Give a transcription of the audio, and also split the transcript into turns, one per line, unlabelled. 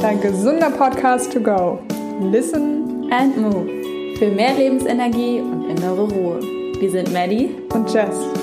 dein gesunder Podcast to go. Listen
and Move. Für mehr Lebensenergie und innere Ruhe. Wir sind Maddie
und Jess.